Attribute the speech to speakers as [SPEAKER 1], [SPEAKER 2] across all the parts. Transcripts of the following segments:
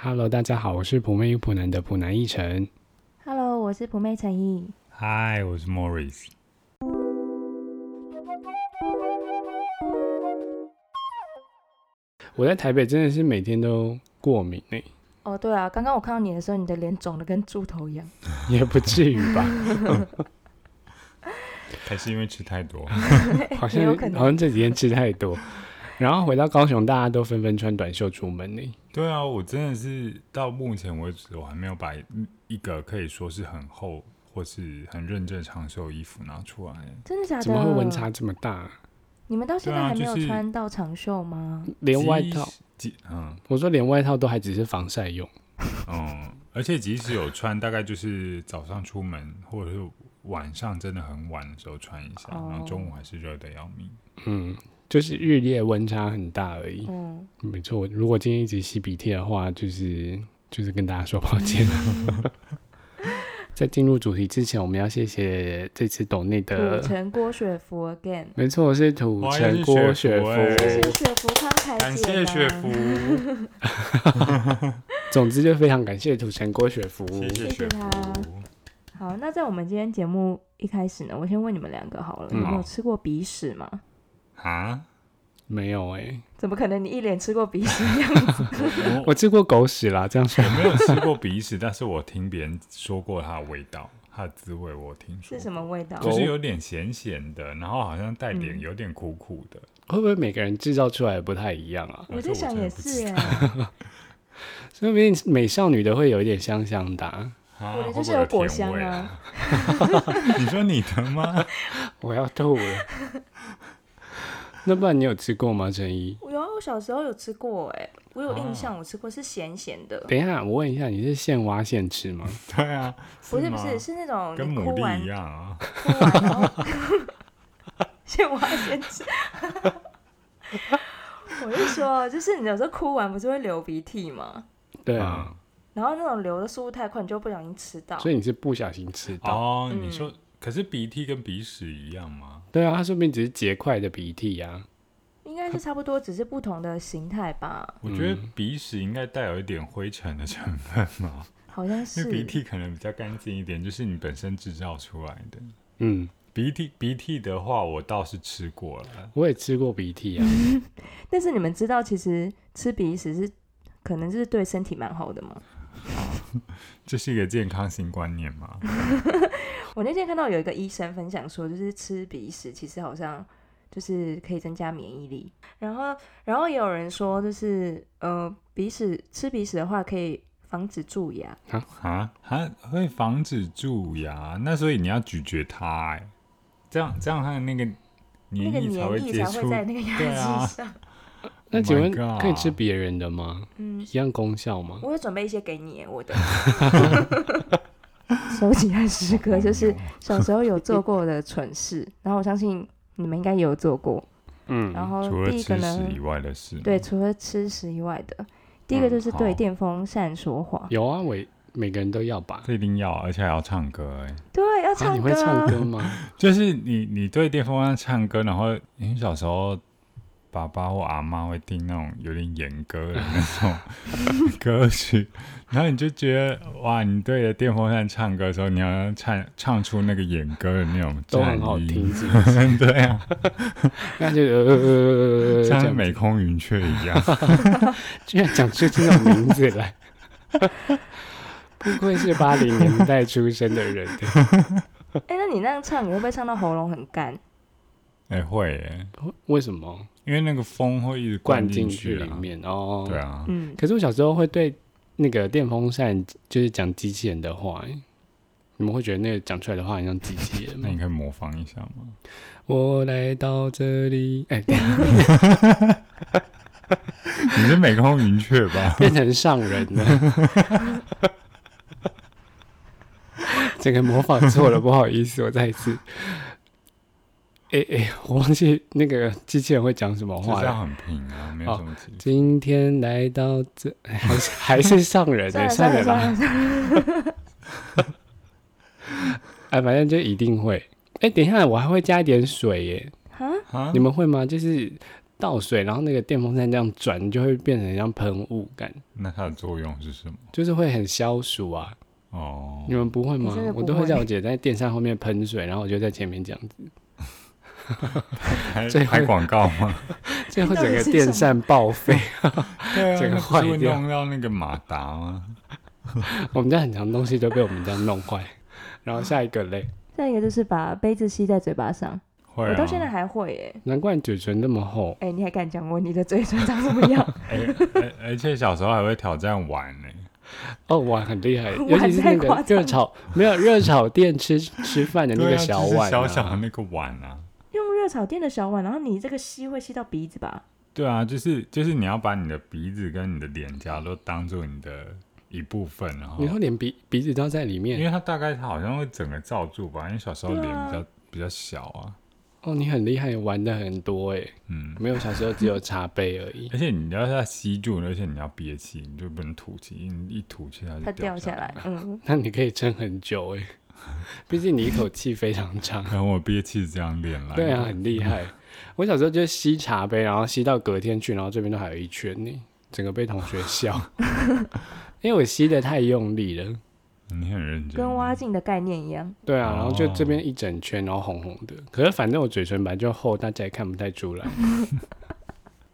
[SPEAKER 1] Hello，大家好，我是普妹与普南的普南一晨。
[SPEAKER 2] Hello，我是普妹陈毅。
[SPEAKER 3] 嗨，我是 Morris。
[SPEAKER 1] 我在台北真的是每天都过敏欸诶、
[SPEAKER 2] 哦，对啊，刚刚我看到你的时候，你的脸肿的跟猪头一样。
[SPEAKER 1] 也不至于 吧？
[SPEAKER 3] 还是因为吃太 多，
[SPEAKER 1] 好
[SPEAKER 2] 也有
[SPEAKER 1] 像
[SPEAKER 2] 可能
[SPEAKER 1] 好像这几天吃太多，然后回到高雄，大家都纷纷穿短袖出门欸呢、
[SPEAKER 3] 对啊，我真的是到目前为止，我还没有把一个可以说是很厚或是很认真长袖的衣服拿出来。
[SPEAKER 2] 真的假的？
[SPEAKER 1] 怎么会温差？这么大、啊
[SPEAKER 2] 你们到现在
[SPEAKER 3] 对啊
[SPEAKER 2] 还没有
[SPEAKER 3] 就是
[SPEAKER 2] 穿到长袖吗？
[SPEAKER 1] 连外套，
[SPEAKER 3] 即，即嗯
[SPEAKER 1] 我说连外套都还只是防晒用，
[SPEAKER 3] 嗯，而且即使有穿，大概就是早上出门或者是晚上真的很晚的时候穿一下，
[SPEAKER 2] 哦
[SPEAKER 3] 然后中午还是热的要命。
[SPEAKER 1] 嗯，就是日夜温差很大而已。
[SPEAKER 2] 嗯，
[SPEAKER 1] 没错，如果今天一直吸鼻涕的话，就是就是跟大家说抱 歉。 在进入主题之前，我们要谢谢这次抖内
[SPEAKER 2] 土
[SPEAKER 1] 的，
[SPEAKER 2] 哦城郭雪芙 again，
[SPEAKER 1] 没错，是土
[SPEAKER 3] 哇
[SPEAKER 1] 城
[SPEAKER 3] 又是
[SPEAKER 1] 郭雪
[SPEAKER 3] 雪芙
[SPEAKER 1] 芙。
[SPEAKER 2] 谢
[SPEAKER 3] 欸
[SPEAKER 2] 谢雪芙慷慨
[SPEAKER 3] 感
[SPEAKER 2] 解
[SPEAKER 3] 谢
[SPEAKER 2] 囊
[SPEAKER 3] 雪芙，
[SPEAKER 1] 总之就非常感谢土城郭雪芙。
[SPEAKER 3] 谢
[SPEAKER 2] 谢
[SPEAKER 3] 雪
[SPEAKER 2] 她
[SPEAKER 3] 芙。
[SPEAKER 2] 好，那在我们今天节目一开始呢，我先问你们两个好了，
[SPEAKER 1] 嗯
[SPEAKER 2] 你们有
[SPEAKER 3] 好
[SPEAKER 2] 吃过鼻屎吗？
[SPEAKER 3] 啊！
[SPEAKER 1] 没有哎、
[SPEAKER 2] 怎么可能？你一脸吃过鼻 屎一样？
[SPEAKER 3] 我
[SPEAKER 1] 我吃过狗屎啦，这样说。
[SPEAKER 3] 我没有吃过鼻屎，但是我听别人说过它的味道，它的滋味我听说
[SPEAKER 2] 是什么味道？
[SPEAKER 3] 就是有点咸咸的，然后好像带点
[SPEAKER 2] 嗯
[SPEAKER 3] 有点苦苦的。
[SPEAKER 1] 会不会每个人制造出来的不太一样啊？
[SPEAKER 2] 我在想也是哎、
[SPEAKER 1] 说不定美少女的会有一点香香的啊、
[SPEAKER 3] 啊
[SPEAKER 2] 我的就是
[SPEAKER 3] 会
[SPEAKER 2] 有
[SPEAKER 3] 不
[SPEAKER 2] 果
[SPEAKER 3] 会有甜
[SPEAKER 2] 香
[SPEAKER 3] 味
[SPEAKER 2] 啊。
[SPEAKER 3] 啊！你说你的吗？
[SPEAKER 1] 我要吐了。 那不然你有吃过吗，陈怡？
[SPEAKER 2] 我 有啊，我小时候有吃过哎、我有印
[SPEAKER 3] 啊
[SPEAKER 2] 象，我吃过是咸咸的，
[SPEAKER 1] 等一下，我问一下，你是现挖现吃吗？
[SPEAKER 3] 对啊，
[SPEAKER 2] 不是不
[SPEAKER 3] 吗
[SPEAKER 2] 是是那种
[SPEAKER 3] 跟
[SPEAKER 2] 你
[SPEAKER 3] 牡
[SPEAKER 2] 哭完
[SPEAKER 3] 蛎一样啊。
[SPEAKER 2] 哭完然后 先挖先吃。 我就说，就是你有时候哭完不是会流鼻涕吗？
[SPEAKER 1] 对啊，
[SPEAKER 2] 然后那种流的速度太快，你就不小心吃到。
[SPEAKER 1] 所以你是不小心吃
[SPEAKER 3] 嗯
[SPEAKER 1] 到。
[SPEAKER 3] 哦，
[SPEAKER 2] 嗯
[SPEAKER 3] 你说，可是鼻涕跟鼻屎一样吗？
[SPEAKER 1] 对啊，它说不定只是结块的鼻涕啊呀、
[SPEAKER 2] 应该是差不多，只是不同的形态吧，
[SPEAKER 3] 我觉
[SPEAKER 1] 嗯
[SPEAKER 3] 得鼻屎应该带有一点灰尘的成分嘛，
[SPEAKER 2] 好像
[SPEAKER 3] 因
[SPEAKER 2] 是
[SPEAKER 3] 为鼻涕可能比较干净一点，就是你本身制造出来的。
[SPEAKER 1] 嗯，
[SPEAKER 3] 鼻涕鼻涕的话，我倒是吃过了。
[SPEAKER 1] 我也吃过鼻涕啊。
[SPEAKER 2] 但是你们知道，其实吃鼻屎是可能就是对身体蛮好的嘛。
[SPEAKER 3] 这是一个健康性观念吗？
[SPEAKER 2] 我那天看到有一个医生分享说，就是吃鼻屎其实好像就是可以增加免疫力。然后，然后也有人说，就是呃，鼻屎吃鼻屎的话可以防止蛀牙。
[SPEAKER 3] 啊，它会防止蛀牙，那所以你要咀嚼它、欸，这样这样它的那个
[SPEAKER 2] 那
[SPEAKER 3] 黏
[SPEAKER 2] 个
[SPEAKER 3] 液才
[SPEAKER 2] 黏
[SPEAKER 3] 会
[SPEAKER 2] 液
[SPEAKER 3] 接
[SPEAKER 2] 才
[SPEAKER 3] 触
[SPEAKER 2] 会。在那 个牙
[SPEAKER 3] 对啊
[SPEAKER 2] 齿上。
[SPEAKER 1] 那请问
[SPEAKER 3] Oh God
[SPEAKER 1] 可以吃别人的吗？
[SPEAKER 2] 嗯，
[SPEAKER 1] 一样功效吗？
[SPEAKER 2] 我有准备一些给你耶，我 的。收集和诗歌就是小时候有 做过的蠢事，然后我相信你们应该也有做过。
[SPEAKER 1] 嗯，
[SPEAKER 2] 然后
[SPEAKER 3] 除了
[SPEAKER 2] 第一个
[SPEAKER 3] 吃
[SPEAKER 2] 呢
[SPEAKER 3] 屎以，外的事，
[SPEAKER 2] 对，，除了吃屎以外的，第一个
[SPEAKER 1] 嗯
[SPEAKER 2] 就是对
[SPEAKER 3] 好
[SPEAKER 2] 电风扇说谎。
[SPEAKER 1] 有啊，我每个人都要吧。
[SPEAKER 3] 这一定要，而且还要唱歌、欸。
[SPEAKER 2] 对，要
[SPEAKER 1] 啊，
[SPEAKER 2] 唱
[SPEAKER 1] 你
[SPEAKER 2] 歌。
[SPEAKER 1] 会唱歌吗？
[SPEAKER 3] 就是你你对电风扇唱歌，然后因为小时候爸爸或阿妈会听那种有点演歌的那种歌曲，然后你就觉得哇，你对着电风扇唱歌的时候，你好像唱唱出那个演歌的那种
[SPEAKER 1] 都
[SPEAKER 3] 战
[SPEAKER 1] 很好
[SPEAKER 3] 衣
[SPEAKER 1] 听，是不是？
[SPEAKER 3] 对啊，
[SPEAKER 1] 那就呃，这
[SPEAKER 3] 像
[SPEAKER 1] 样
[SPEAKER 3] 美空云雀一样。
[SPEAKER 1] 居然讲出这种名字来，不愧是八零年代出生的人。
[SPEAKER 2] 哎、那你那样唱，你会不会唱到喉咙很干？
[SPEAKER 3] 哎、会耶，
[SPEAKER 1] 为什么
[SPEAKER 3] 因为那个风会一直
[SPEAKER 1] 灌进
[SPEAKER 3] 进
[SPEAKER 1] 去
[SPEAKER 3] 啊
[SPEAKER 1] 里。面？哦，
[SPEAKER 3] 对啊，
[SPEAKER 2] 嗯，
[SPEAKER 1] 可是我小时候会对那个电风扇就是讲机器人的话、欸，你们会觉得那个讲出来的话很像机器人
[SPEAKER 3] 那
[SPEAKER 1] 吗
[SPEAKER 3] 你？可以模仿一下 吗？
[SPEAKER 1] 我来到这里，哎、变？
[SPEAKER 3] 你是美空云雀吧
[SPEAKER 1] 变成上人了。 整个模仿错了，不好意思，我再一次。哎、哎、我忘记那个机器人会讲什么
[SPEAKER 3] 就
[SPEAKER 1] 话
[SPEAKER 3] 这
[SPEAKER 1] 了。
[SPEAKER 3] 样很平啊，没有
[SPEAKER 1] 哦
[SPEAKER 3] 什么起伏。
[SPEAKER 1] 今天来到这，哎还是还是上 人
[SPEAKER 2] 算
[SPEAKER 1] 呢、上人
[SPEAKER 2] 了算了
[SPEAKER 1] 啦。
[SPEAKER 2] 算了 算了，
[SPEAKER 1] 哎，反正就一定会。哎、等一下，我还会加一点水耶，
[SPEAKER 2] 啊，
[SPEAKER 3] 啊
[SPEAKER 1] 你们会吗？就是倒水，然后那个电风扇这样转，你就会变成像喷雾感，
[SPEAKER 3] 那它的作用是什么？
[SPEAKER 1] 就是会很消暑啊。
[SPEAKER 3] 哦
[SPEAKER 1] 你，们不会吗
[SPEAKER 2] 真的？不
[SPEAKER 1] 我都会
[SPEAKER 2] 会
[SPEAKER 1] 叫我姐在电扇后面喷水，然后我就在前面 这样子，
[SPEAKER 3] 拍
[SPEAKER 1] 这
[SPEAKER 3] 拍
[SPEAKER 1] 会
[SPEAKER 3] 广告吗？
[SPEAKER 1] 最后
[SPEAKER 2] 到
[SPEAKER 1] 整
[SPEAKER 2] 底
[SPEAKER 1] 个
[SPEAKER 2] 是
[SPEAKER 1] 电
[SPEAKER 2] 什
[SPEAKER 1] 扇报废。
[SPEAKER 3] 对啊，
[SPEAKER 1] 整个
[SPEAKER 3] 那不是会
[SPEAKER 1] 坏掉
[SPEAKER 3] 弄到那个马达吗？
[SPEAKER 1] 我们家很长东西都被我们这样弄坏。然后下一个嘞，
[SPEAKER 2] 再一个就是把杯子吸在嘴巴上，
[SPEAKER 3] 会啊。
[SPEAKER 2] 我到现在还会耶。
[SPEAKER 1] 难怪你嘴唇那么厚。
[SPEAKER 2] 哎、你还敢讲我你的嘴唇长什么样？
[SPEAKER 3] 而而且小时候还会挑战碗呢、
[SPEAKER 1] 哦，碗很厉 害，
[SPEAKER 2] 碗
[SPEAKER 1] 尤其是那
[SPEAKER 2] 太夸
[SPEAKER 1] 个
[SPEAKER 2] 张
[SPEAKER 1] 热炒，没有热炒店吃 吃饭的那
[SPEAKER 3] 对
[SPEAKER 1] 个
[SPEAKER 3] 啊，
[SPEAKER 1] 小
[SPEAKER 3] 就是
[SPEAKER 1] 碗、
[SPEAKER 3] 小小的那个碗啊。
[SPEAKER 2] 用热炒店的小碗，然后你这个吸会吸到鼻子吧？
[SPEAKER 3] 对啊，就是就是你要把你的鼻子跟你的脸颊都当做你的一部分，然后
[SPEAKER 1] 你说连鼻鼻子都在里
[SPEAKER 3] 因
[SPEAKER 1] 面
[SPEAKER 3] 为它大概它好像会整个罩住吧，因为小时候脸
[SPEAKER 2] 对啊
[SPEAKER 3] 比较、比较小啊，
[SPEAKER 1] 哦，你很厉害，玩的很多哎，
[SPEAKER 3] 嗯，
[SPEAKER 1] 没有小时候只有茶杯而 已。
[SPEAKER 3] 而且你要是要吸住，而且你要憋气，你就不能吐气，因为一吐气它就
[SPEAKER 2] 它
[SPEAKER 3] 掉
[SPEAKER 2] 掉
[SPEAKER 3] 下
[SPEAKER 2] 下
[SPEAKER 3] 来。
[SPEAKER 2] 来，嗯，
[SPEAKER 1] 那你可以撑很久哎，毕竟你一口气非常长。
[SPEAKER 3] 然后 我憋气是这样练来的，
[SPEAKER 1] 对啊，很厉害。
[SPEAKER 3] 嗯
[SPEAKER 1] 我小时候就是吸茶杯，然后吸到隔天去，然后这边都还有一圈呢，整个被同学笑， 因为我吸的太用力了。
[SPEAKER 3] 你很认真，
[SPEAKER 2] 跟挖镜的概念一样。
[SPEAKER 1] 对
[SPEAKER 3] 哦
[SPEAKER 1] 啊，然后就这边一整圈，然后红红的。可是反正我嘴唇本来就厚，大家也看不太 出来。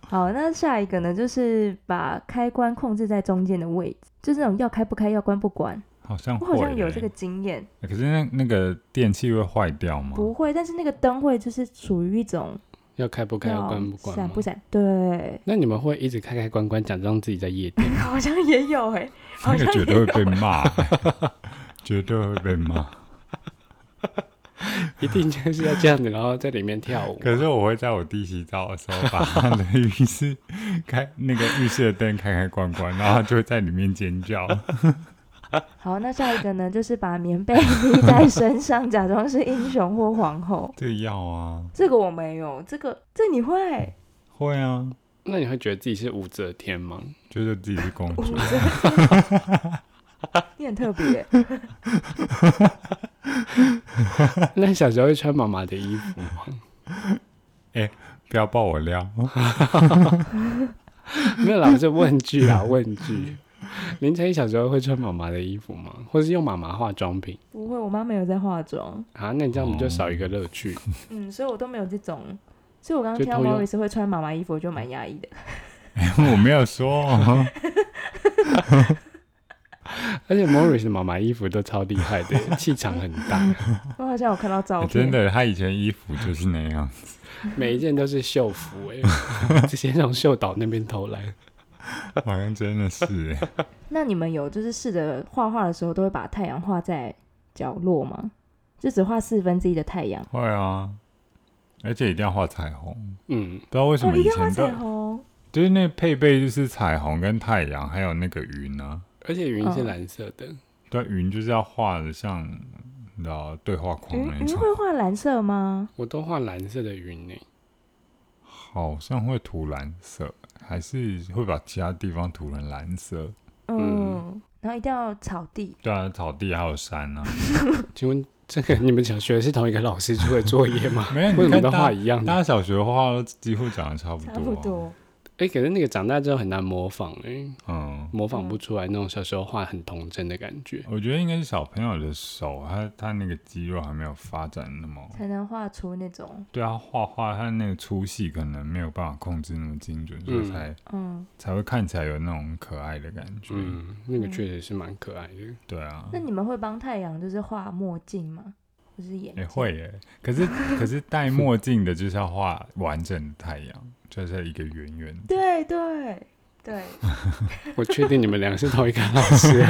[SPEAKER 2] 好，那下一个呢，就是把开关控制在中间的位置，就这种要开不开，要关不关。
[SPEAKER 3] 好像
[SPEAKER 2] 我
[SPEAKER 3] 会、
[SPEAKER 2] 好像有这个，经验，
[SPEAKER 3] 可是那那个电器会坏掉吗？
[SPEAKER 2] 不会，但是那个灯会就是属于一种
[SPEAKER 1] 要开不开，要
[SPEAKER 2] 要
[SPEAKER 1] 关不关
[SPEAKER 2] 闪
[SPEAKER 1] 吗？
[SPEAKER 2] 啊不闪，对，
[SPEAKER 1] 那你们会一直开开关关，假装自己在夜 店？
[SPEAKER 2] 好像也有哎、好
[SPEAKER 3] 那
[SPEAKER 2] 像
[SPEAKER 3] 个绝
[SPEAKER 2] 也
[SPEAKER 3] 对会
[SPEAKER 2] 有。
[SPEAKER 3] 被 骂、绝对会被骂。
[SPEAKER 1] 一定就是要这样子，然后在里面跳舞。
[SPEAKER 3] 可是我会在我弟洗澡的时候，把他的浴室开那个浴室的灯开开关关，然后他就会在里面尖叫。
[SPEAKER 2] 好，那下一个呢，就是把棉被 披在身上，假装是英雄或皇 后。
[SPEAKER 3] 这要啊，
[SPEAKER 2] 这个我没有，这个这你会？
[SPEAKER 3] 会啊，
[SPEAKER 1] 那你会觉得自己是武则天吗？
[SPEAKER 3] 觉得自己是公
[SPEAKER 2] 我
[SPEAKER 3] 主。
[SPEAKER 2] 你很特别，
[SPEAKER 1] 那你小时候会穿妈妈的衣服吗？
[SPEAKER 3] 不要爆我料，
[SPEAKER 1] 没有啦，这问句 啊，问句。林晨一小时候会穿妈妈的衣服吗？或是用妈妈化妆品
[SPEAKER 2] 不会，我妈没有在化妆，
[SPEAKER 1] 啊？那你这样我们就少一个乐 趣。
[SPEAKER 2] 嗯，所以我都没有这种。所以我刚刚
[SPEAKER 1] 就
[SPEAKER 2] 听到
[SPEAKER 1] 偷用
[SPEAKER 2] Morris 会穿妈妈衣服，我就蛮压抑 的。
[SPEAKER 3] 我没有说 哦。
[SPEAKER 1] 而且 Morris 的妈妈衣服都超厉害的，气场很大，
[SPEAKER 2] 我好像有看到照
[SPEAKER 3] 欸
[SPEAKER 2] 片，
[SPEAKER 3] 真的，他以前衣服就是那样。
[SPEAKER 1] 每一件都是秀服哎、直接从秀岛那边偷来。
[SPEAKER 3] 好像真的是欸，
[SPEAKER 2] 那你们有就是试着画画的时候，都会把太阳画在角落吗？就只画四分之一的太阳？
[SPEAKER 3] 会啊，而且一定要画彩虹，
[SPEAKER 1] 嗯，
[SPEAKER 3] 不知道为什
[SPEAKER 2] 哦，
[SPEAKER 3] 么
[SPEAKER 2] 一
[SPEAKER 3] 以
[SPEAKER 2] 定要画
[SPEAKER 3] 前都、
[SPEAKER 2] 彩虹。
[SPEAKER 3] 就是那配备就是彩虹跟太阳，还有那个云啊，
[SPEAKER 1] 而且云是蓝色
[SPEAKER 3] 嗯
[SPEAKER 1] 的，
[SPEAKER 3] 对，啊云就是要画的像你知道对话框
[SPEAKER 2] 云
[SPEAKER 3] 那
[SPEAKER 2] 云
[SPEAKER 3] 种，
[SPEAKER 2] 会画蓝色吗？
[SPEAKER 1] 我都画蓝色的云呢、
[SPEAKER 3] 好像会涂蓝色，还是会把其他地方涂成蓝色。
[SPEAKER 1] 嗯
[SPEAKER 2] 嗯，然后一定要草地。
[SPEAKER 3] 对啊，草地还有山啊，？
[SPEAKER 1] 请问这个你们小学是同一个老师出的作业吗
[SPEAKER 3] 没有
[SPEAKER 1] 为
[SPEAKER 3] 你
[SPEAKER 1] 什么
[SPEAKER 3] 看
[SPEAKER 1] 都
[SPEAKER 3] 大
[SPEAKER 1] 画一样的
[SPEAKER 3] 大？家小学画都几乎长得差不多、啊
[SPEAKER 2] 差不。多，
[SPEAKER 1] 哎、可是那个长大之后很难模仿哎、
[SPEAKER 3] 嗯，
[SPEAKER 1] 模仿不
[SPEAKER 2] 嗯
[SPEAKER 1] 出来那种小时候画很童真的感觉。
[SPEAKER 3] 我觉得应该是小朋友的手，他他那个肌肉还没有发展那么。
[SPEAKER 2] 才能画出那种
[SPEAKER 3] 对啊，画画他那个粗细可能没有办法控制那么精准，所以
[SPEAKER 1] 嗯
[SPEAKER 3] 才、
[SPEAKER 2] 嗯。
[SPEAKER 3] 才会看起来有那种可爱的感觉。
[SPEAKER 1] 嗯，那个确实是蛮可爱的。
[SPEAKER 3] 对啊，
[SPEAKER 2] 那你们会帮太阳就是画墨镜吗？不是眼
[SPEAKER 3] 也、
[SPEAKER 2] 镜？
[SPEAKER 3] 会耶，可是可是戴墨镜的就是要画完整的太阳， 就是一个圆圆的。
[SPEAKER 2] 对对 对，
[SPEAKER 1] 我确定你们俩是同一个老师。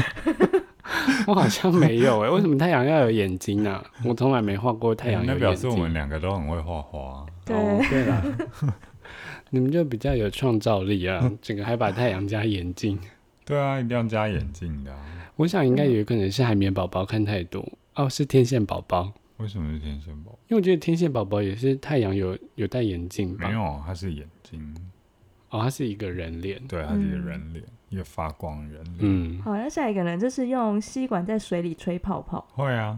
[SPEAKER 1] 我好像没有哎、为 什么太阳要有眼睛呢、啊？我从来没画过太阳有
[SPEAKER 3] 嗯那
[SPEAKER 1] 眼睛。
[SPEAKER 3] 表示我们两个都很会画画。
[SPEAKER 2] 对
[SPEAKER 1] 哦、对啦，你们就比较有创造力啊！整个还把太阳加眼镜，
[SPEAKER 3] 对啊，一定要加眼镜的、啊。
[SPEAKER 1] 我想应该有可能是海绵宝宝看太多哦，是天线宝宝，
[SPEAKER 3] 为什么是天线宝？
[SPEAKER 1] 因为我觉得天线宝宝也是太阳有有戴眼镜吧？
[SPEAKER 3] 没有，它是眼睛，
[SPEAKER 1] 哦，它是一个人脸。
[SPEAKER 3] 对，它是一个人脸，一个发光的人脸。
[SPEAKER 1] 嗯
[SPEAKER 2] 好，那下一个呢？就是用吸管在水里吹泡泡。
[SPEAKER 3] 会啊，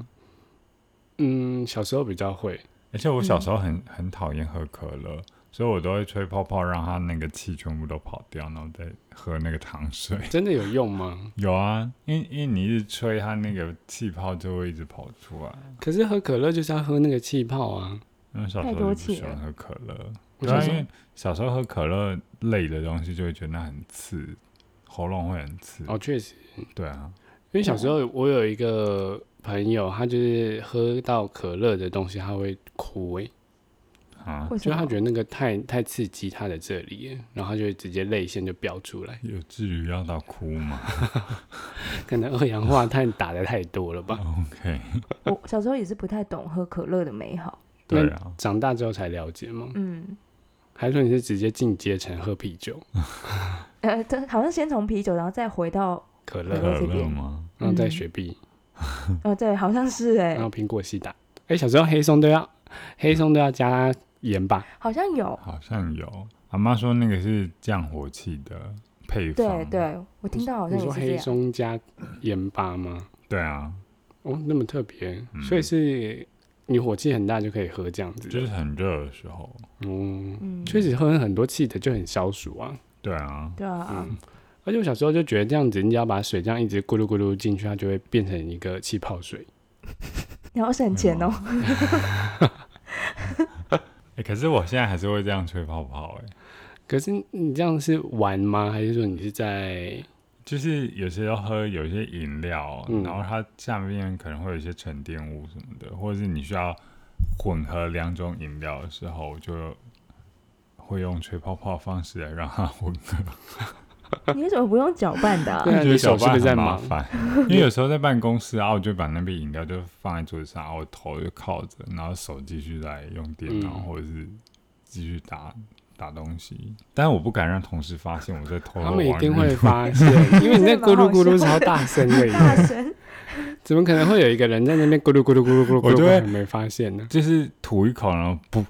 [SPEAKER 1] 嗯，小时候比较会，
[SPEAKER 3] 而且我小时候很很讨厌喝可乐，所以我都会吹泡泡，让它那个气全部都跑掉，然后再喝那个糖水。
[SPEAKER 1] 真的有用吗？
[SPEAKER 3] 有啊，因为因为你一直吹，它那个气泡就会一直跑出来。
[SPEAKER 1] 可是喝可乐就是要喝那个气泡啊。
[SPEAKER 3] 因为小时
[SPEAKER 2] 太
[SPEAKER 3] 候
[SPEAKER 2] 多
[SPEAKER 3] 就不
[SPEAKER 2] 气
[SPEAKER 3] 喜欢
[SPEAKER 2] 了
[SPEAKER 3] 喝可乐，
[SPEAKER 1] 我
[SPEAKER 3] 对啊，
[SPEAKER 1] 想
[SPEAKER 3] 因
[SPEAKER 1] 说
[SPEAKER 3] 为小时候喝可乐类的东西就会觉得那很刺，喉咙会很刺。
[SPEAKER 1] 哦，确实，
[SPEAKER 3] 对啊，
[SPEAKER 1] 因为小时
[SPEAKER 2] 哦
[SPEAKER 1] 候我有一个朋友，他就是喝到可乐的东西，他会哭诶、
[SPEAKER 3] 啊，
[SPEAKER 2] 为什
[SPEAKER 1] 就
[SPEAKER 2] 么？
[SPEAKER 1] 他觉得那个太太刺激他的这里耶，然后他就会直接泪腺就飙出来，
[SPEAKER 3] 有至于要到哭 吗
[SPEAKER 1] 可能二氧化碳打的太多了
[SPEAKER 2] 哦
[SPEAKER 1] 吧。
[SPEAKER 3] ？OK，
[SPEAKER 2] 我小时候也是不太懂喝可乐的美好。
[SPEAKER 3] 对啊，
[SPEAKER 1] 长大之后才了解吗？
[SPEAKER 2] 嗯，
[SPEAKER 1] 还是说你是直接进阶成喝啤酒、
[SPEAKER 2] 呃，对，好像先从啤酒，然后再回到
[SPEAKER 1] 可
[SPEAKER 2] 那
[SPEAKER 1] 乐，
[SPEAKER 2] 个
[SPEAKER 3] 可
[SPEAKER 2] 这
[SPEAKER 3] 乐
[SPEAKER 2] 边
[SPEAKER 3] 吗？
[SPEAKER 1] 然后再
[SPEAKER 2] 嗯
[SPEAKER 1] 雪碧，
[SPEAKER 2] 呃，对，好像是哎、
[SPEAKER 1] 嗯然后苹果西打。哎、小时候黑松都要黑松都要加盐吧？
[SPEAKER 2] 好像有。
[SPEAKER 3] 好像有，阿妈说那个是降火气的配
[SPEAKER 2] 对
[SPEAKER 3] 方。
[SPEAKER 2] 对，我听到好像
[SPEAKER 1] 你
[SPEAKER 2] 也
[SPEAKER 1] 说
[SPEAKER 2] 是这
[SPEAKER 1] 黑
[SPEAKER 2] 样。
[SPEAKER 1] 松加盐巴吗？
[SPEAKER 3] 对啊，
[SPEAKER 1] 哦，那么特别，
[SPEAKER 3] 嗯
[SPEAKER 1] 所以是你火气很大就可以喝这样子。
[SPEAKER 3] 就是很热的时候。
[SPEAKER 1] 嗯，
[SPEAKER 2] 嗯，
[SPEAKER 1] 确实喝很多气的就很消暑啊。
[SPEAKER 3] 对啊，
[SPEAKER 2] 对啊，
[SPEAKER 1] 嗯，而且我小时候就觉得这样子，你只要把水这样一直咕噜咕噜进去，它就会变成一个气泡水。
[SPEAKER 2] 你好省钱哦。
[SPEAKER 1] 啊
[SPEAKER 3] 哎、可是我现在还是会这样吹泡泡、哎，
[SPEAKER 1] 可是你这样是玩吗？还是说你是在
[SPEAKER 3] 就是有些要喝有些饮料，
[SPEAKER 1] 嗯
[SPEAKER 3] 然后它下面可能会有一些沉淀物什么的，或者是你需要混合两种饮料的时候，我就会用吹泡泡的方式来让它混合。
[SPEAKER 2] 你为什么不用搅拌的、啊
[SPEAKER 1] 对？啊
[SPEAKER 3] 觉
[SPEAKER 1] 你
[SPEAKER 3] 得
[SPEAKER 1] 手是不
[SPEAKER 3] 搅拌
[SPEAKER 1] 是在
[SPEAKER 3] 很麻
[SPEAKER 1] 忙
[SPEAKER 3] 烦，因为有时候在办公室啊，我就把那杯饮料就放在桌子上，然后我头就靠着，然后手继续在用电脑、
[SPEAKER 1] 嗯
[SPEAKER 3] 或者是继续打打东西，但是我不敢让同事发现我在偷偷
[SPEAKER 1] 他
[SPEAKER 3] 玩
[SPEAKER 1] 们一定
[SPEAKER 3] 那个
[SPEAKER 1] 会发现，因为你那咕噜咕噜超大声的
[SPEAKER 2] 大
[SPEAKER 1] 耶，
[SPEAKER 2] 神，
[SPEAKER 1] 怎么可能会有一个人在那边咕噜咕噜咕噜咕噜咕噜，
[SPEAKER 3] 我就会
[SPEAKER 1] 没发现呢？
[SPEAKER 3] 就是吐一口，然后不，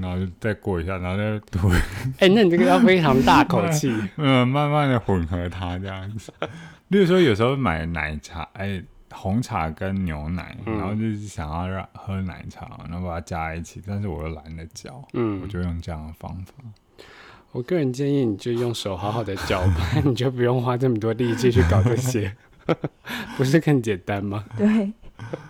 [SPEAKER 3] 然后就再过一下，然后再吐，
[SPEAKER 1] 哎、那你这个要非常大口气，
[SPEAKER 3] 嗯，慢慢的混合它这样子。例如说，有时候买奶茶，哎、红茶跟牛奶，
[SPEAKER 1] 嗯
[SPEAKER 3] 然后就是想要让喝奶茶，然后把它加在一起，但是我又懒得搅，
[SPEAKER 1] 嗯
[SPEAKER 3] 我，就用这样的方法。
[SPEAKER 1] 我个人建议你就用手好好的搅拌， 你就不用花这么多力气去搞这些， 不是更简单吗？
[SPEAKER 2] 对。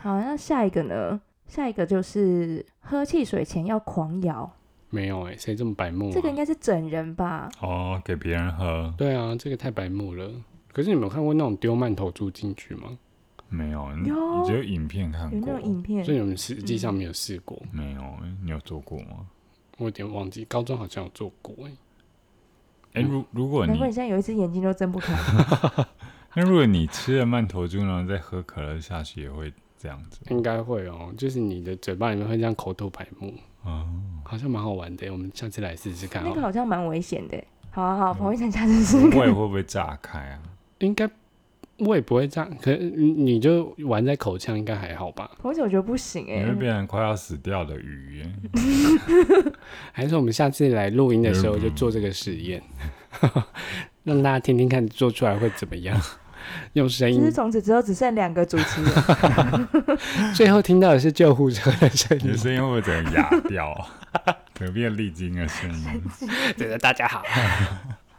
[SPEAKER 2] 好，那下一个呢？下一个就是喝汽水前要狂摇，
[SPEAKER 1] 没有哎、谁这么白目、啊？
[SPEAKER 2] 这个应该是整人吧？
[SPEAKER 3] 哦，给别人喝
[SPEAKER 1] 对啊，这个太白目了。可是你们有看过那种丢曼头猪进去吗？
[SPEAKER 2] 嗯
[SPEAKER 3] 没有？你
[SPEAKER 2] 有
[SPEAKER 3] 你只有影片看
[SPEAKER 2] 有那
[SPEAKER 3] 过
[SPEAKER 2] 种？影片
[SPEAKER 1] 所以你们实际
[SPEAKER 2] 嗯
[SPEAKER 1] 上啊没有试过，
[SPEAKER 3] 没有，你有做过吗？
[SPEAKER 1] 我有点忘记，高中好像有做过哎、
[SPEAKER 3] 哎、如如果
[SPEAKER 2] 难怪
[SPEAKER 3] 你
[SPEAKER 2] 你现在有一只眼睛都睁不 开。
[SPEAKER 3] 那如果你吃了曼陀珠，然后再喝可乐下去，也会这样子吗
[SPEAKER 1] 应该会哦，就是你的嘴巴里面会这样口吐白沫，
[SPEAKER 3] 哦。
[SPEAKER 1] 好像蛮好玩的、我们下次来试试看啊
[SPEAKER 2] 那
[SPEAKER 1] 好
[SPEAKER 2] 个
[SPEAKER 1] 了。
[SPEAKER 2] 好像蛮危险的。好啊好好，
[SPEAKER 3] 嗯
[SPEAKER 2] 彭会想下次试试
[SPEAKER 3] 胃会
[SPEAKER 2] 看。
[SPEAKER 3] 不会炸开 啊？
[SPEAKER 1] 应该我也不会这样，可你你就玩在口腔应该还好吧？
[SPEAKER 2] 彭姐我觉得不行哎、
[SPEAKER 3] 你会变成快要死掉的鱼 耶。
[SPEAKER 1] 还是我们下次来录音的时候就做这个实验， 让大家听听看做出来会怎么样， 用声
[SPEAKER 2] 就是
[SPEAKER 1] 音。
[SPEAKER 2] 从此之后只剩两个主持人，
[SPEAKER 1] 最后听到的是救护车的声
[SPEAKER 3] 你
[SPEAKER 1] 音
[SPEAKER 3] 的。声音会不会整个哑掉 啊？可能变丽晶的声音。
[SPEAKER 1] 对的，大家好。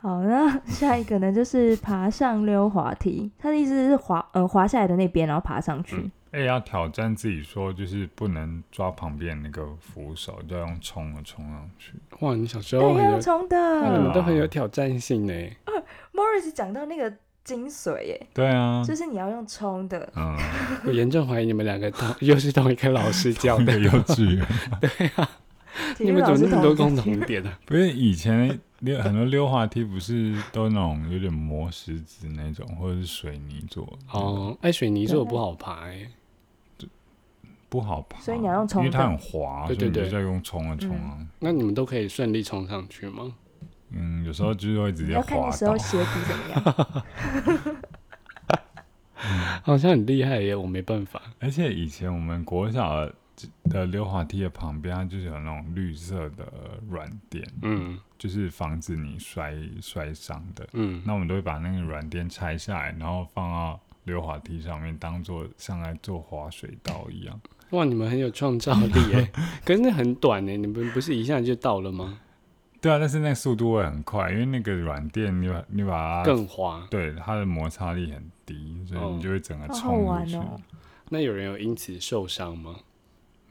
[SPEAKER 2] 好，那 下一个呢，就是爬上溜滑梯。他的意思是滑，呃，滑下来的那边，然后爬上去。
[SPEAKER 1] 嗯
[SPEAKER 3] 哎、要挑战自己说，就是不能抓旁边那个扶手，就要用冲的冲上去。
[SPEAKER 1] 哇，你小时候
[SPEAKER 2] 对，
[SPEAKER 1] 很有
[SPEAKER 2] 要，冲
[SPEAKER 1] 哇你们
[SPEAKER 2] 的。
[SPEAKER 1] 都很有挑战性呢。
[SPEAKER 2] Morris 讲到那个精髓耶，
[SPEAKER 3] 对
[SPEAKER 1] 嗯
[SPEAKER 3] 啊，
[SPEAKER 2] 就是你要用冲 的。
[SPEAKER 3] 嗯，
[SPEAKER 1] 我严重怀疑你们两个同又是同一个老师教
[SPEAKER 3] 那
[SPEAKER 1] 的
[SPEAKER 3] 个，幼稚园。
[SPEAKER 2] 体
[SPEAKER 1] 你
[SPEAKER 2] 育
[SPEAKER 1] 们怎
[SPEAKER 2] 老
[SPEAKER 1] 么
[SPEAKER 2] 师
[SPEAKER 1] 那么多共
[SPEAKER 2] 同
[SPEAKER 1] 同点啊呢、
[SPEAKER 3] 不是以前溜很多溜滑梯不是都那种有点磨石子那种，或者是水泥做的，
[SPEAKER 1] 哦，哎，水泥做不好爬、欸，
[SPEAKER 3] 不好爬。
[SPEAKER 2] 所以你要用冲
[SPEAKER 3] 因
[SPEAKER 2] 的嗯
[SPEAKER 3] 为它很滑，
[SPEAKER 1] 对
[SPEAKER 3] 所以你
[SPEAKER 1] 对对
[SPEAKER 3] 就是要用冲的冲啊。
[SPEAKER 1] 那你们都可以顺利冲上去吗？
[SPEAKER 3] 嗯，有时候就是会直
[SPEAKER 2] 你
[SPEAKER 3] 接
[SPEAKER 2] 要看
[SPEAKER 3] 滑
[SPEAKER 2] 那时
[SPEAKER 3] 倒
[SPEAKER 2] 候。鞋底怎么 样。
[SPEAKER 1] 好像很厉害耶，我没办法。
[SPEAKER 3] 而且以前我们国小的的溜滑梯的旁边，它就是有那种绿色的软垫，
[SPEAKER 1] 嗯
[SPEAKER 3] 就是防止你摔摔伤的。
[SPEAKER 1] 嗯，
[SPEAKER 3] 那我们都会把那个软垫拆下来，然后放到溜滑梯上面，当做像在做滑水道一样。
[SPEAKER 1] 哇，你们很有创造力耶。可是那很短呢，你们不是一下就到了吗？
[SPEAKER 3] 对啊，但是那个速度会很快，因为那个软垫你把你把它
[SPEAKER 1] 更滑。
[SPEAKER 3] 对它的摩擦力很低，所以
[SPEAKER 1] 哦
[SPEAKER 3] 你就会整个
[SPEAKER 2] 好好
[SPEAKER 3] 冲
[SPEAKER 2] 玩
[SPEAKER 3] 出去。
[SPEAKER 2] 哦！
[SPEAKER 1] 那有人有因此受伤吗？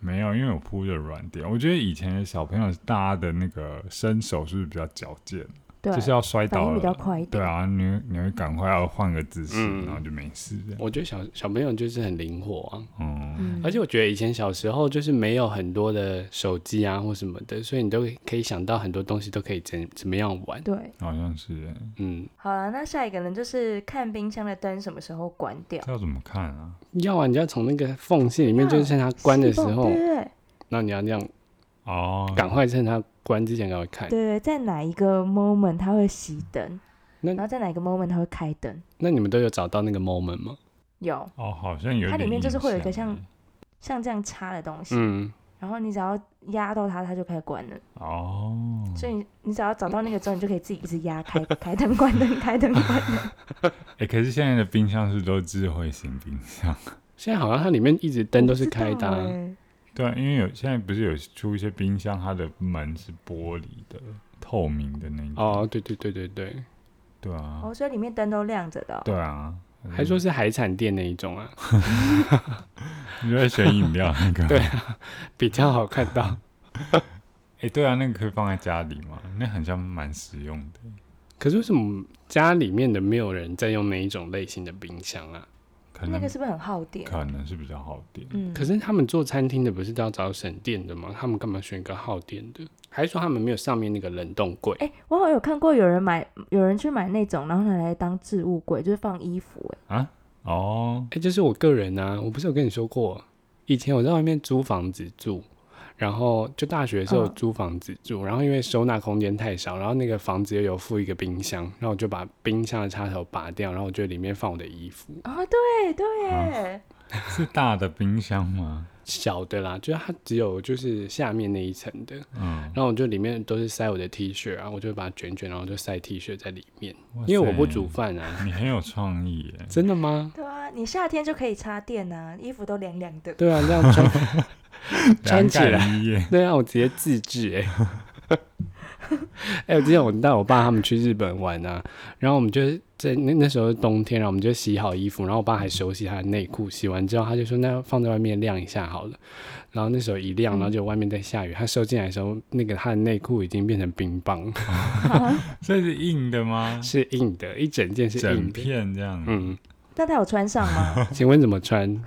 [SPEAKER 3] 没有，因为我铺的软垫，我觉得以前的小朋友大家的那个身手是不是比较矫健，
[SPEAKER 2] 对，
[SPEAKER 3] 就是要摔
[SPEAKER 2] 反
[SPEAKER 3] 倒
[SPEAKER 2] 应比较
[SPEAKER 3] 了。
[SPEAKER 2] 快一
[SPEAKER 3] 对
[SPEAKER 2] 点。
[SPEAKER 3] 啊，你会你会赶快要换个姿势，
[SPEAKER 1] 嗯
[SPEAKER 3] 然后就没事这样。
[SPEAKER 1] 我觉得小小朋友就是很灵活啊，
[SPEAKER 3] 嗯，
[SPEAKER 2] 嗯，
[SPEAKER 1] 而且我觉得以前小时候就是没有很多的手机啊或什么的，所以你都可以想到很多东西都可以怎怎么样玩。
[SPEAKER 2] 对，
[SPEAKER 3] 好像是耶，
[SPEAKER 1] 嗯，
[SPEAKER 2] 好了，那下一个呢，就是看冰箱的灯什么时候关掉。
[SPEAKER 3] 这要怎么看啊？
[SPEAKER 1] 要啊，你就要从那个缝隙里面，
[SPEAKER 2] 啊
[SPEAKER 1] 就是趁它 关的时候
[SPEAKER 2] 对，对对
[SPEAKER 1] 那你要这样
[SPEAKER 3] 哦，
[SPEAKER 1] 赶快趁它关之前赶快看。
[SPEAKER 2] 对对，在哪一个 moment 它会熄灯，
[SPEAKER 1] 那
[SPEAKER 2] 然后在哪一个 moment 它会开灯，
[SPEAKER 1] 那你们都有找到那个 moment 吗？
[SPEAKER 2] 有
[SPEAKER 3] 哦，好像有一点印象耶。
[SPEAKER 2] 它里面就是会有一个像像这样插的东西，
[SPEAKER 1] 嗯，
[SPEAKER 2] 然后你只要压到它，它就开始关了。
[SPEAKER 3] 哦，
[SPEAKER 2] 所以你只要找到那个之后，你就可以自己一直压开 开灯关灯开灯关灯。
[SPEAKER 3] 哎、可是现在的冰箱是都智慧型冰箱，
[SPEAKER 1] 现在好像它里面一直灯都是开 的啊、
[SPEAKER 2] 我不知道欸
[SPEAKER 3] 对啊，因为有现在不是有出一些冰箱，它的门是玻璃的、透明的那种，
[SPEAKER 1] 哦，对对对对对，
[SPEAKER 3] 对啊，
[SPEAKER 2] 哦，所以里面灯都亮着的哦、
[SPEAKER 3] 对啊，
[SPEAKER 1] 还说是海产店那一种啊，
[SPEAKER 3] 你就在选饮料那个，
[SPEAKER 1] 对比较好看到。
[SPEAKER 3] 哎、对啊，那个可以放在家里嘛，那很像蛮实用的，
[SPEAKER 1] 可是为什么家里面的没有人在用那一种类型的冰箱啊？
[SPEAKER 3] 可
[SPEAKER 2] 那
[SPEAKER 3] 能
[SPEAKER 2] 个是不是很耗电？
[SPEAKER 3] 可能是比较好点，
[SPEAKER 2] 嗯，
[SPEAKER 1] 可是他们做餐厅的不是都要找省电的吗？他们干嘛选一个耗电的？还是说他们没有上面那个冷冻柜？
[SPEAKER 2] 哎、我好像有看过有人买，有人去买那种，然后拿来当置物柜，就是放衣服、哎，
[SPEAKER 3] 哦，
[SPEAKER 1] 哎、就是我个人啊，我不是有跟你说过，以前我在外面租房子住，然后就大学的时候
[SPEAKER 2] 嗯
[SPEAKER 1] 租房子住，然后因为收纳空间太少，然后那个房子又有附一个冰箱，然后我就把冰箱的插头拔掉，然后我就里面放我的衣服，
[SPEAKER 2] 哦，对对
[SPEAKER 1] 啊
[SPEAKER 2] 耶，
[SPEAKER 3] 是大的冰箱吗？
[SPEAKER 1] 小的啦，就是它只有就是下面那一层的，
[SPEAKER 3] 嗯，
[SPEAKER 1] 然后我就里面都是塞我的 T 恤，然后我就把它卷卷，然后就塞 T 恤在里面，
[SPEAKER 3] 哇
[SPEAKER 1] 因为我不
[SPEAKER 3] 塞
[SPEAKER 1] 煮，饭啊。
[SPEAKER 3] 你很有创意耶，
[SPEAKER 1] 真的吗？
[SPEAKER 2] 对啊，你夏天就可以插电啊，衣服都凉凉的。
[SPEAKER 1] 对啊，这样穿， 穿起来
[SPEAKER 3] 两改一耶，
[SPEAKER 1] 对啊，我直接自制哎、欸。 哎、我之前我带我爸他们去日本玩啊，然后我们就是在那那时候是冬天，然后我们就洗好衣服，然后我爸还手洗他的内裤，洗完之后他就说那放在外面晾一下好了，然后那时候一晾，然后就外面在下雨，他收进来的时候，那个他的内裤已经变成冰棒，
[SPEAKER 3] 所以是硬的吗？
[SPEAKER 1] 是硬的，一整件是
[SPEAKER 3] 整
[SPEAKER 1] 硬的。
[SPEAKER 3] 片这样，
[SPEAKER 1] 嗯，
[SPEAKER 2] 那他有穿上吗？
[SPEAKER 1] 请问怎么穿？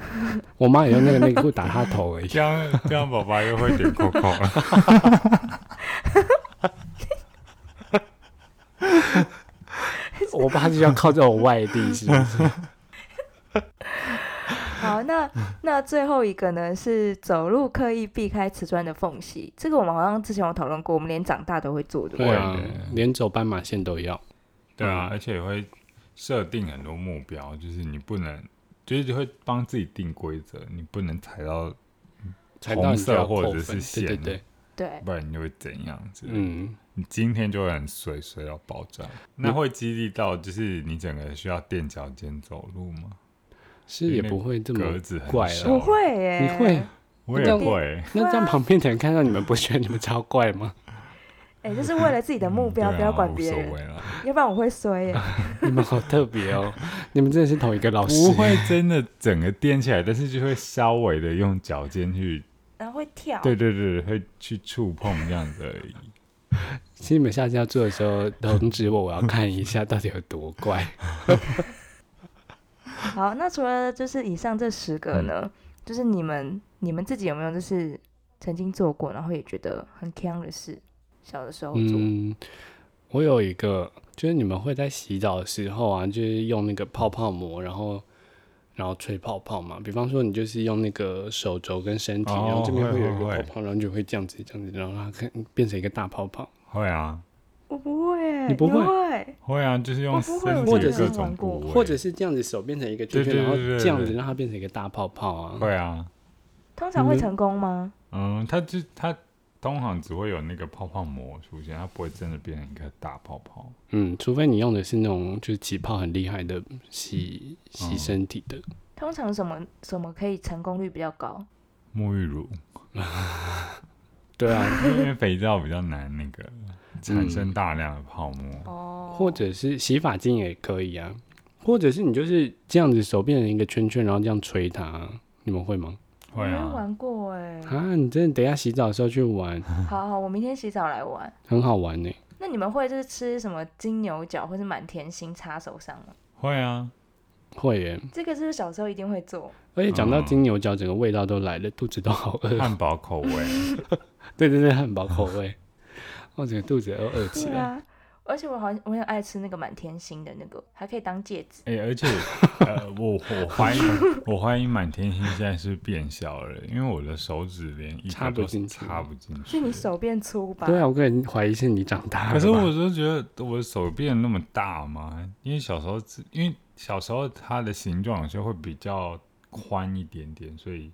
[SPEAKER 1] 我妈也用那个内裤打他头而已。
[SPEAKER 3] 这样这样，宝宝又会点 Coco 了。
[SPEAKER 1] 我爸就要靠这种外地，是不是？
[SPEAKER 2] 好，那那最后一个呢是走路刻意避开瓷砖的缝隙，这个我们好像之前有讨论过，我们连长大都会做，对不
[SPEAKER 1] 对
[SPEAKER 2] 对？
[SPEAKER 1] 啊，连走斑马线都要。
[SPEAKER 3] 对啊，
[SPEAKER 1] 嗯
[SPEAKER 3] 而且也会设定很多目标，就是你不能，就是会帮自己定规则，你不能踩到，
[SPEAKER 1] 踩到你就要
[SPEAKER 3] 红色或者
[SPEAKER 1] 扣分
[SPEAKER 3] 是线
[SPEAKER 1] 对对对，
[SPEAKER 2] 对，
[SPEAKER 3] 不然你就会怎样子。
[SPEAKER 1] 嗯，
[SPEAKER 3] 你今天就会很衰，衰到爆炸。那会激励到，就是你整个需要垫脚尖走路吗？
[SPEAKER 1] 是也不会这
[SPEAKER 3] 格
[SPEAKER 1] 么。
[SPEAKER 3] 子很
[SPEAKER 1] 怪啊了
[SPEAKER 3] 小
[SPEAKER 2] 我，会耶，
[SPEAKER 1] 你会？
[SPEAKER 3] 我也会。
[SPEAKER 1] 那这样旁边的人看到你们，不觉得你们超怪吗？
[SPEAKER 2] 哎、就是为了自己的目标，
[SPEAKER 3] 嗯对啊
[SPEAKER 2] 不要管别
[SPEAKER 3] 无所
[SPEAKER 2] 人，
[SPEAKER 3] 谓啦
[SPEAKER 2] 要不然我会衰耶。
[SPEAKER 1] 你们好特别哦，你们真哦的是同一个老师。
[SPEAKER 3] 不会真的整个垫起来，但是就会稍微的用脚尖去，
[SPEAKER 2] 然后会跳，
[SPEAKER 3] 对对对，会去触碰这样子而已。
[SPEAKER 1] 其实你们下次要做的时候，通知我，我要看一下到底有多 怪。
[SPEAKER 2] 好，那除了就是以上这十个呢，就是你们你们自己有没有就是曾经做过，然后也觉得很坑的事，小的时候做，
[SPEAKER 1] 嗯，我有一个，就是你们会在洗澡的时候啊，就是用那个泡泡膜，然后然后吹泡泡嘛。比方说，你就是用那个手肘跟身体，
[SPEAKER 3] 哦
[SPEAKER 1] 然后这边
[SPEAKER 3] 会
[SPEAKER 1] 会有一
[SPEAKER 3] 会
[SPEAKER 1] 个
[SPEAKER 3] 会
[SPEAKER 1] 泡泡，然后你就会这样子这样子，然后它看变成一个大泡泡。
[SPEAKER 3] 会啊，
[SPEAKER 2] 我不会耶，
[SPEAKER 1] 你不会
[SPEAKER 2] 会
[SPEAKER 3] 会啊，就是用
[SPEAKER 2] 我哦不会
[SPEAKER 3] 身
[SPEAKER 1] 我
[SPEAKER 3] 体
[SPEAKER 1] 只
[SPEAKER 3] 的
[SPEAKER 1] 是
[SPEAKER 3] 各
[SPEAKER 2] 玩
[SPEAKER 3] 种
[SPEAKER 2] 过
[SPEAKER 3] 部位，
[SPEAKER 1] 或者是这样子手变成一个圈圈，
[SPEAKER 3] 对对
[SPEAKER 1] 然后
[SPEAKER 3] 对对
[SPEAKER 1] 这样
[SPEAKER 3] 对
[SPEAKER 1] 子让它变成一个大泡泡啊。
[SPEAKER 3] 会啊，
[SPEAKER 2] 通常会成功吗？
[SPEAKER 3] 嗯，它就它通常只会有那个泡泡膜出现，它不会真的变成一个大泡泡。
[SPEAKER 1] 嗯，除非你用的是那种就是起泡很厉害的洗洗
[SPEAKER 3] 嗯
[SPEAKER 1] 身体的，
[SPEAKER 2] 通常什么什么可以成功率比较高？
[SPEAKER 3] 沐浴乳，
[SPEAKER 1] 对啊，啊
[SPEAKER 3] 因为肥皂比较难那个，产生大量的泡沫。
[SPEAKER 2] 哦，
[SPEAKER 1] 或者是洗发精也可以啊，或者是你就是这样子手变成一个圈圈，然后这样吹它，啊你们会吗？
[SPEAKER 2] 我
[SPEAKER 3] 会
[SPEAKER 2] 没有
[SPEAKER 3] 啊，
[SPEAKER 2] 玩过哎、
[SPEAKER 1] 啊，你真的等一下洗澡的时候去玩，
[SPEAKER 2] 好好，我明天洗澡来玩。
[SPEAKER 1] 很好玩欸呢、
[SPEAKER 2] 那你们会就是吃什么金牛角或是满甜心插手上吗？
[SPEAKER 3] 会啊，
[SPEAKER 1] 会耶、
[SPEAKER 2] 这个是不是小时候一定会做？
[SPEAKER 1] 而且讲到
[SPEAKER 3] 嗯
[SPEAKER 1] 金牛角，整个味道都来了，肚子都好 饿。
[SPEAKER 3] 汉堡口味，啊
[SPEAKER 1] 对对对，汉堡口味，我整个肚子都饿起来。
[SPEAKER 2] 啊，而且我好像我很爱吃那个满甜心的那个，还可以当戒指。
[SPEAKER 3] 哎、而且呃，我我怀疑，我怀疑满天星现在是变小了，因为我的手指连一
[SPEAKER 1] 插
[SPEAKER 3] 个
[SPEAKER 1] 不
[SPEAKER 3] 都
[SPEAKER 1] 进去
[SPEAKER 3] 插不进去。
[SPEAKER 2] 是你手变粗吧？
[SPEAKER 1] 对啊，我个人怀疑是你长大了吧。
[SPEAKER 3] 可是我就觉得我的手变那么大嘛，因为小时候自，因为小时候它的形状有些会比较宽一点点，所以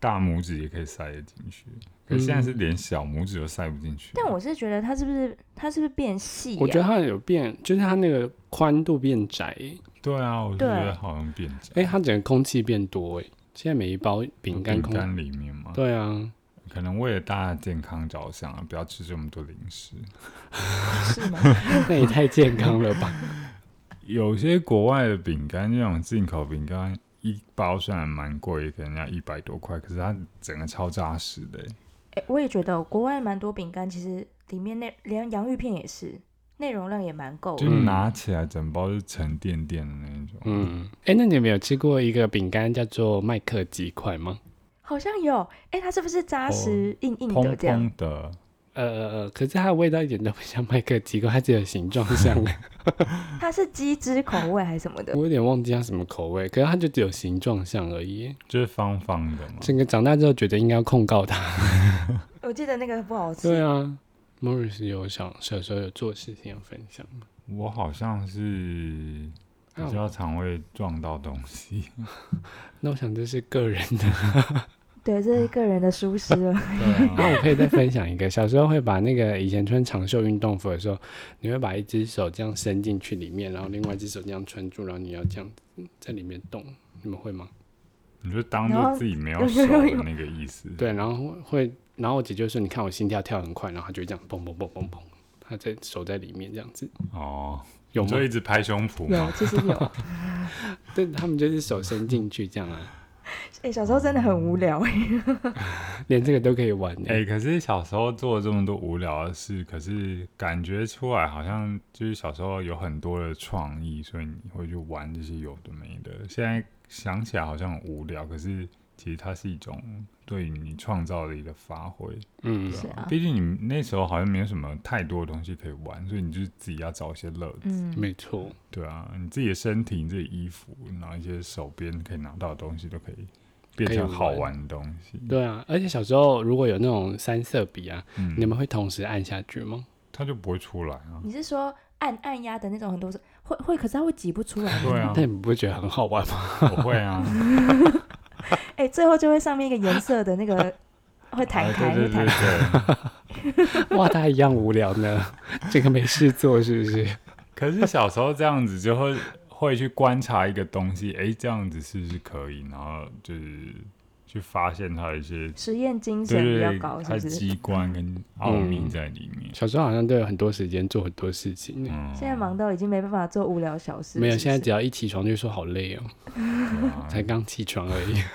[SPEAKER 3] 大拇指也可以塞得进去。可是现在是
[SPEAKER 1] 嗯
[SPEAKER 3] 连小拇指都塞不进去。
[SPEAKER 2] 但我是觉得它是不是它是不是变细、啊呀？
[SPEAKER 1] 我觉得它有变，就是它那个宽度变窄耶、
[SPEAKER 3] 对啊，我就觉
[SPEAKER 2] 对
[SPEAKER 3] 得好像变窄。
[SPEAKER 1] 哎、它整个空气变多哎、现在每一包饼干
[SPEAKER 3] 饼
[SPEAKER 1] 空，
[SPEAKER 3] 干里面嘛，
[SPEAKER 1] 对啊，
[SPEAKER 3] 可能为了大家的健康着想啊，不要吃这么多零食。
[SPEAKER 2] 是吗？
[SPEAKER 1] 那也太健康了吧？
[SPEAKER 3] 有些国外的饼干，那种进口饼干，一包虽然蛮贵，可能要一百多块，可是它整个超扎实的欸、
[SPEAKER 2] 哎、我也觉得国外蛮多饼干，其实里面那连洋芋片也是，内容量也蛮够的
[SPEAKER 3] 就。拿起来整包是沉甸甸的那一种。
[SPEAKER 1] 嗯，哎、那你们有吃过一个饼干叫做麦克鸡块吗？
[SPEAKER 2] 好像有，哎、它是不是扎实
[SPEAKER 1] 哦
[SPEAKER 2] 硬硬的
[SPEAKER 3] 蓬
[SPEAKER 2] 这样？
[SPEAKER 3] 蓬的，
[SPEAKER 1] 呃呃呃，可是它的味道一点都不像麦克鸡块，它只有形状像，
[SPEAKER 2] 它是鸡汁口味还是什么 的？
[SPEAKER 1] 我有点忘记它什么口味，可是它就只有形状像而已耶。
[SPEAKER 3] 就是方方的嘛。
[SPEAKER 1] 整个长大之后觉得应该要控告 它。
[SPEAKER 2] 我记得那个不好
[SPEAKER 1] 对
[SPEAKER 2] 吃，
[SPEAKER 1] 啊，Morris 有想小时候有做事情要分享吗，
[SPEAKER 3] 我好像是
[SPEAKER 1] 啊
[SPEAKER 3] 比较常会撞到东西，
[SPEAKER 1] 那我想这是个人的。
[SPEAKER 2] 对，这是个人的疏失了。
[SPEAKER 3] 对
[SPEAKER 1] 那
[SPEAKER 3] 啊，
[SPEAKER 1] 我可以再分享一个，小时候会把那个以前穿长袖运动服的时候，你会把一只手这样伸进去里面，然后另外一只手这样穿住，然后你要这样子在里面动，你们会吗？
[SPEAKER 3] 你就当
[SPEAKER 2] 然后
[SPEAKER 3] 做自己没有手的那个意思。
[SPEAKER 1] 对，然后会，然后我姐就说：“你看我心跳跳很快。”然后她就会这样蹦蹦蹦蹦蹦，她在手在里面这样子，
[SPEAKER 3] 哦，
[SPEAKER 1] 有
[SPEAKER 3] 你
[SPEAKER 1] 吗
[SPEAKER 3] 就？一直拍胸 脯
[SPEAKER 2] 有
[SPEAKER 3] 嘛，，
[SPEAKER 2] 其实有。
[SPEAKER 1] 对，他们就是手伸进去这样啊，
[SPEAKER 2] 哎、小时候真的很无聊哎、
[SPEAKER 1] 连这个都可以玩、
[SPEAKER 3] 哎、
[SPEAKER 1] 欸。
[SPEAKER 3] 可是小时候做了这么多无聊的事，可是感觉出来好像就是小时候有很多的创意，所以你会去玩这些有的没的。现在想起来好像很无聊，可是其实它是一种对你创造力的发挥。
[SPEAKER 1] 嗯，
[SPEAKER 2] 是啊，
[SPEAKER 3] 毕竟你那时候好像没有什么太多的东西可以玩，所以你就是自己要找一些乐子。
[SPEAKER 2] 嗯，
[SPEAKER 1] 没错。
[SPEAKER 3] 对啊，你自己的身体、你自己衣服，然后一些手边可以拿到的东西都可以变
[SPEAKER 1] 可以
[SPEAKER 3] 成好
[SPEAKER 1] 玩
[SPEAKER 3] 玩的东西。
[SPEAKER 1] 对啊，而且小时候如果有那种三色笔啊，你
[SPEAKER 3] 嗯，
[SPEAKER 1] 们会同时按下去吗？
[SPEAKER 3] 它就不会出来啊。
[SPEAKER 2] 你是说按按压的那种很多是会会，可是它会挤不出来。
[SPEAKER 3] 对啊
[SPEAKER 1] 但，你们不会觉得很好玩吗？
[SPEAKER 3] 我会 啊。
[SPEAKER 2] 哎、最后就会上面一个颜色的那 个会弹开，
[SPEAKER 3] 啊对
[SPEAKER 2] 会弹
[SPEAKER 3] 对对
[SPEAKER 2] 开。
[SPEAKER 3] 对。
[SPEAKER 1] 哇，他一样无聊呢， 这个没事做是不是？
[SPEAKER 3] 可是小时候这样子就会会去观察一个东西，哎、这样子是不是可以？然后就是去发现它的一些
[SPEAKER 2] 实验精神
[SPEAKER 3] 对
[SPEAKER 2] 比
[SPEAKER 3] 对
[SPEAKER 2] 较
[SPEAKER 3] 对，
[SPEAKER 2] 高，是嗯
[SPEAKER 3] 它
[SPEAKER 2] 不是？
[SPEAKER 3] 的机关跟奥秘在里面。
[SPEAKER 1] 小时候好像都有很多时间做很多事情呢。
[SPEAKER 3] 嗯，
[SPEAKER 2] 现在忙到已经没办法做无聊小事。
[SPEAKER 1] 没有，
[SPEAKER 2] 是不是
[SPEAKER 1] 现在只要一起床就说好累哦，
[SPEAKER 3] 对啊
[SPEAKER 1] 才刚起床而已。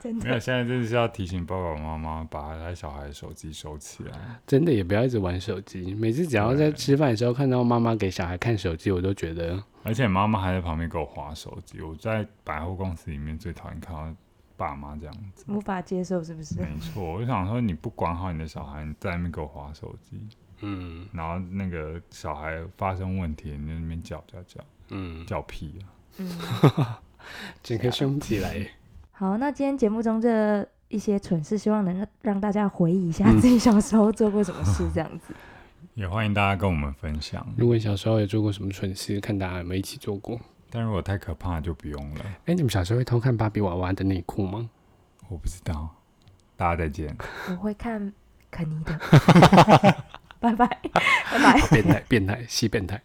[SPEAKER 2] 真
[SPEAKER 3] 没有，
[SPEAKER 2] 的
[SPEAKER 3] 现在真的是要提醒爸爸妈妈把他小孩的手机收起来。
[SPEAKER 1] 真的也不要一直玩手机，每次只要在吃饭的时候看到妈妈给小孩看手机，我都觉得
[SPEAKER 3] 而且妈妈还在旁边给我划手机，我在百货公司里面最讨厌看到爸妈这样 子。
[SPEAKER 2] 无法接受，是不是？
[SPEAKER 3] 没错，我就想说你不管好你的小孩，你在那边给我划手机。
[SPEAKER 1] 嗯
[SPEAKER 3] 然后那个小孩发生问题，你在那边叫叫叫
[SPEAKER 1] 嗯，
[SPEAKER 3] 叫屁啊！
[SPEAKER 2] 嗯。
[SPEAKER 1] 整个凶起来。
[SPEAKER 2] 好，那今天节目中这一些蠢事，希望能让大家回忆一下
[SPEAKER 3] 嗯
[SPEAKER 2] 自己小时候做过什么事，这样子。
[SPEAKER 3] 也欢迎大家跟我们分享，
[SPEAKER 1] 如果你小时候有做过什么蠢事，看大家有没有一起做过。
[SPEAKER 3] 但如果太可怕就不用了。
[SPEAKER 1] 哎、你们小时候会偷看芭比娃娃的内裤吗？
[SPEAKER 3] 我不知道，大家再见。
[SPEAKER 2] 我会看肯尼的，拜拜，拜拜。
[SPEAKER 1] 变态，变态，西变态。